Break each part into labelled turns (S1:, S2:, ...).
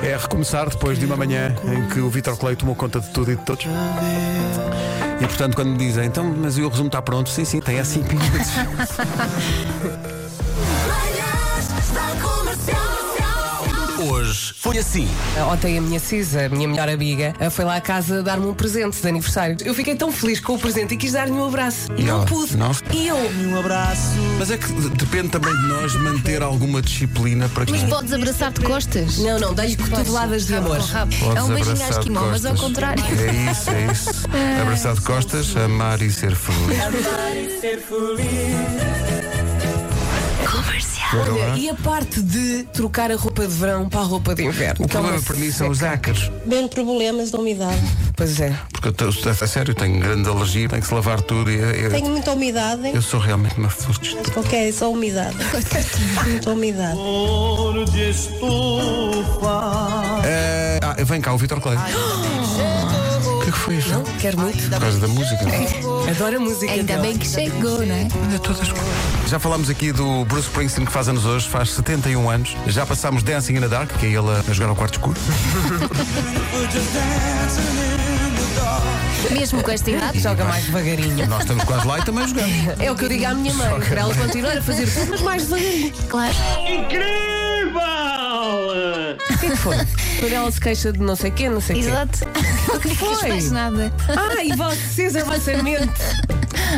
S1: É recomeçar depois de uma manhã em que o Vitor Clay tomou conta de tudo e de todos. E portanto, quando me dizem, então, mas o resumo está pronto, sim, sim, tem há 5 minutos.
S2: Manhãs da comercial.
S3: Hoje foi assim.
S4: Ontem a minha Cisa, a minha melhor amiga, eh, foi lá à casa dar-me um presente de aniversário. Eu fiquei tão feliz com o presente e quis dar-lhe um abraço. E não,
S1: Não,
S4: pude.
S1: não.
S4: E eu,
S1: Mas é que depende também de nós manter alguma disciplina para que.
S5: Mas podes abraçar de costas.
S4: não, não, dei-lhe cotoveladas de amor.
S5: É um beijinho à
S1: abraçar de
S5: esquimó, mas ao
S1: costas.
S5: contrário.
S1: É isso, é isso. Abraçar de costas, amar e ser feliz.
S4: Olha, e a parte de trocar a roupa de verão para a roupa de inverno?
S1: O
S4: Que é uma
S1: problema para mim são os ácaros.
S6: Bem, problemas de umidade.
S4: Pois é.
S1: Porque eu, te- a sério, tenho grande alergia, tenho que se lavar tudo. E, eu,
S6: Tenho muita umidade.
S1: eu sou realmente uma flor de estudo.
S6: Ok, é só umidade. muita umidade.
S1: Ah, vem cá, o Vitor Clay. O que é que foi isto?
S4: Não, quero muito.
S1: Por causa da música. não é?
S4: Adoro a música. então.
S5: Ainda
S4: dela.
S5: bem que chegou, não é?
S1: Já falámos aqui do Bruce Springsteen que faz anos hoje, faz 71 anos. Já passámos Dancing in the Dark, que é ele a jogar ao quarto escuro.
S5: Mesmo com esta idade.
S4: Joga mais devagarinho.
S1: Nós estamos quase lá e também jogamos.
S4: É o que eu digo à minha mãe, para ela continuar a fazer tudo, mas mais devagarinho.
S5: Claro.
S7: Incrível!
S4: O que é que foi? Quando ela se queixa de não sei quê, não sei o quê.
S5: Exato. O que
S4: foi?
S5: faz nada.
S4: Ah, e vocês, a vossa mente.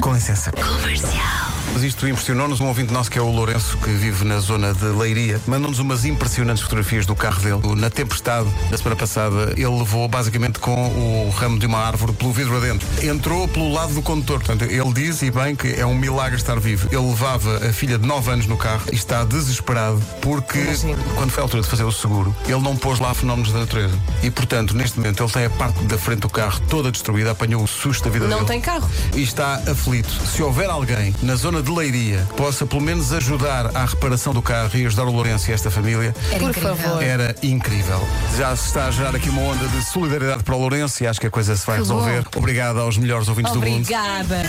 S1: Com licença. Comercial. Mas isto impressionou-nos um ouvinte nosso que é o Lourenço, que vive na zona de Leiria. Mandou-nos umas impressionantes fotografias do carro dele. Na tempestade da semana passada, ele levou basicamente com o ramo de uma árvore pelo vidro adentro. Entrou pelo lado do condutor. Portanto, ele diz, e bem, que é um milagre estar vivo. Ele levava a filha de 9 anos no carro e está desesperado porque,
S4: Imagino.
S1: quando foi a altura de fazer o seguro, ele não pôs lá fenómenos da natureza. E, portanto, neste momento, ele tem a parte da frente do carro toda destruída, apanhou o susto da vida dele
S4: Não tem carro.
S1: e está aflito. Se houver alguém na zona de Leiria que possa pelo menos ajudar à reparação do carro e ajudar o Lourenço e esta família,
S5: Era
S4: Por
S5: incrível.
S4: favor.
S1: era incrível. Já se está a gerar aqui uma onda de solidariedade para o Lourenço e acho que a coisa se vai
S5: Que bom.
S1: resolver. Obrigado aos melhores ouvintes do mundo.
S4: Obrigada.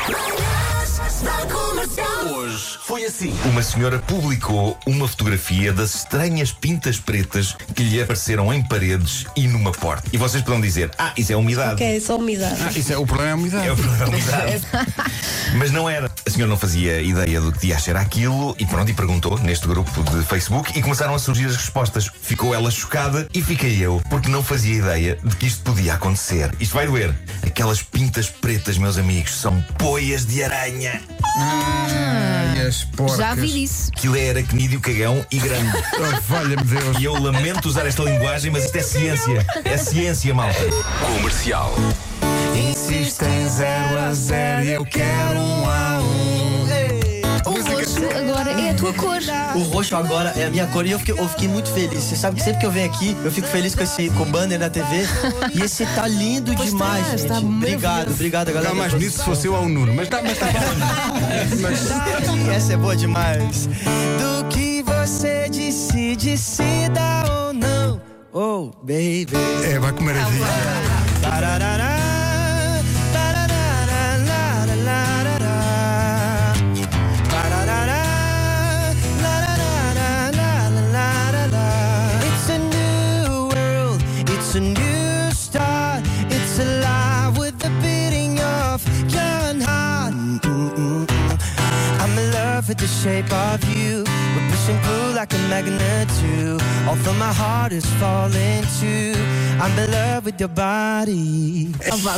S7: Incrível!
S2: Manhãs da comercial.
S3: Hoje foi assim.
S8: Uma senhora publicou uma fotografia das estranhas pintas pretas que lhe apareceram em paredes e numa porta. E vocês poderão dizer: Ah, isso é umidade.
S6: Ok, só umidade.
S1: Ah, isso é o problema é a umidade.
S8: É o problema da umidade. Mas não era. A senhora não fazia ideia do que ia achar aquilo e pronto, e perguntou neste grupo de Facebook e começaram a surgir as respostas. Ficou ela chocada e fiquei eu, porque não fazia ideia de que isto podia acontecer. Isto vai doer. Aquelas pintas pretas, meus amigos, são poias de aranha.
S1: E as porcas.
S5: Já vi disso.
S8: Aquilo é aracnídeo cagão e grande.
S1: Oh, Valha-me Deus.
S8: E eu lamento usar esta linguagem, mas isto é ciência. É ciência, malta.
S3: Comercial.
S1: Insistem 0 é a 0 e eu quero um a
S5: O roxo agora é a tua cor.
S9: O roxo agora é a minha cor e eu fiquei, eu fiquei muito feliz. Você sabe que sempre que eu venho aqui, eu fico feliz com esse com o banner da TV. E esse tá lindo
S4: Pois
S9: demais,
S4: tá,
S9: gente.
S4: tá
S9: obrigado,
S4: maravilhoso.
S9: obrigado, galera.
S1: Está mais bonito se fosse eu ao Nuno, mas está mas tá bom.
S9: Essa é boa demais. Do que você disse, decida ou não. Oh, baby.
S1: É, vai que maravilha.
S9: Tararará, tararará, lararará. Tararará, lararará, lararará. It's a new world, it's a new start, it's alive with the beating of your heart. I'm in love with the shape of you. We're pushing through like a magnet too. Although my heart is falling too. I'm in love with your body.
S4: Estou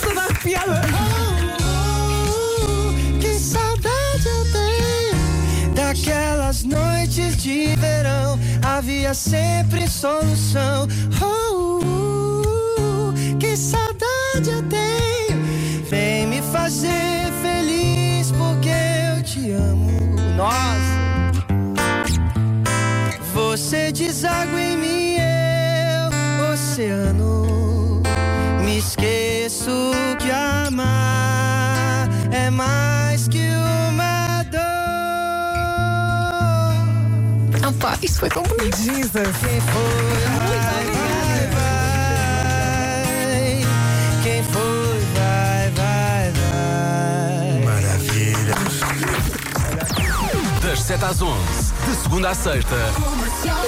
S4: toda arrepiada.
S9: Oh, que saudade eu tenho daquelas noites de verão. Havia sempre solução. Oh, que saudade eu tenho. Vem me fazer feliz porque eu te amo. Nossa. Você deságua em mim, eu, oceano. Me esqueço que amar é mais que uma dor.
S5: Ah, pá, isto foi tão bonito.
S4: Jesus.
S9: Quem foi vai, vai, vai. Quem foi vai, vai, vai.
S1: Maravilha.
S3: Das 7 às 11, De segunda à sexta,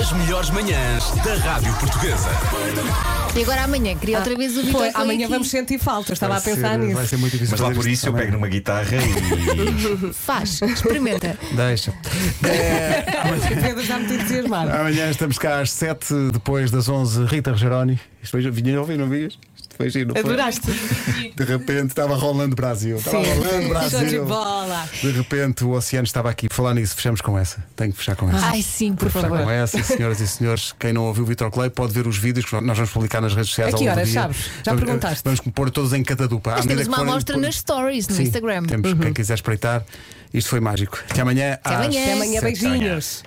S3: as melhores manhãs da Rádio Portuguesa.
S5: E agora amanhã, queria outra vez o Vitor
S4: Foi,
S5: Clay
S4: amanhã
S5: então, aqui.
S4: vamos sentir falta, eu estava a pensar
S1: ser,
S4: nisso.
S1: Vai ser muito difícil.
S8: Mas lá
S1: fazer
S8: por
S1: isto
S8: isso eu
S1: também.
S8: pego numa guitarra e.
S5: Faz, experimenta.
S1: Deixa.
S4: O Pedro já me tem entusiasmado.
S1: Amanhã estamos cá às 7, depois das 11, Rita Rogeroni. Isto foi, vinha ouvir, não vias? Isto foi giro. não foi?
S4: Adoraste.
S1: De repente estava rolando Brasil. Estava rolando
S4: Show de
S1: Brasil.
S4: bola.
S1: De repente o oceano estava aqui. Falar nisso, fechamos com essa. Tenho que fechar com essa.
S5: Ai sim, por
S1: Fechar
S5: favor.
S1: com essa, e senhoras e senhores. Quem não ouviu o Vitor Clay pode ver os vídeos que nós vamos publicar nas redes sociais.
S4: A que
S1: ao longo do
S4: horas,
S1: dia.
S4: sabes? Já
S1: Vamos-
S4: perguntaste.
S1: Vamos pôr todos em catadupa.
S5: Mas temos uma amostra nas stories no
S1: Sim,
S5: Instagram.
S1: Temos, quem quiser espreitar. Isto foi mágico. Até amanhã. Até
S5: amanhã.
S4: Até Uhum. amanhã,
S5: Sete
S4: beijinhos.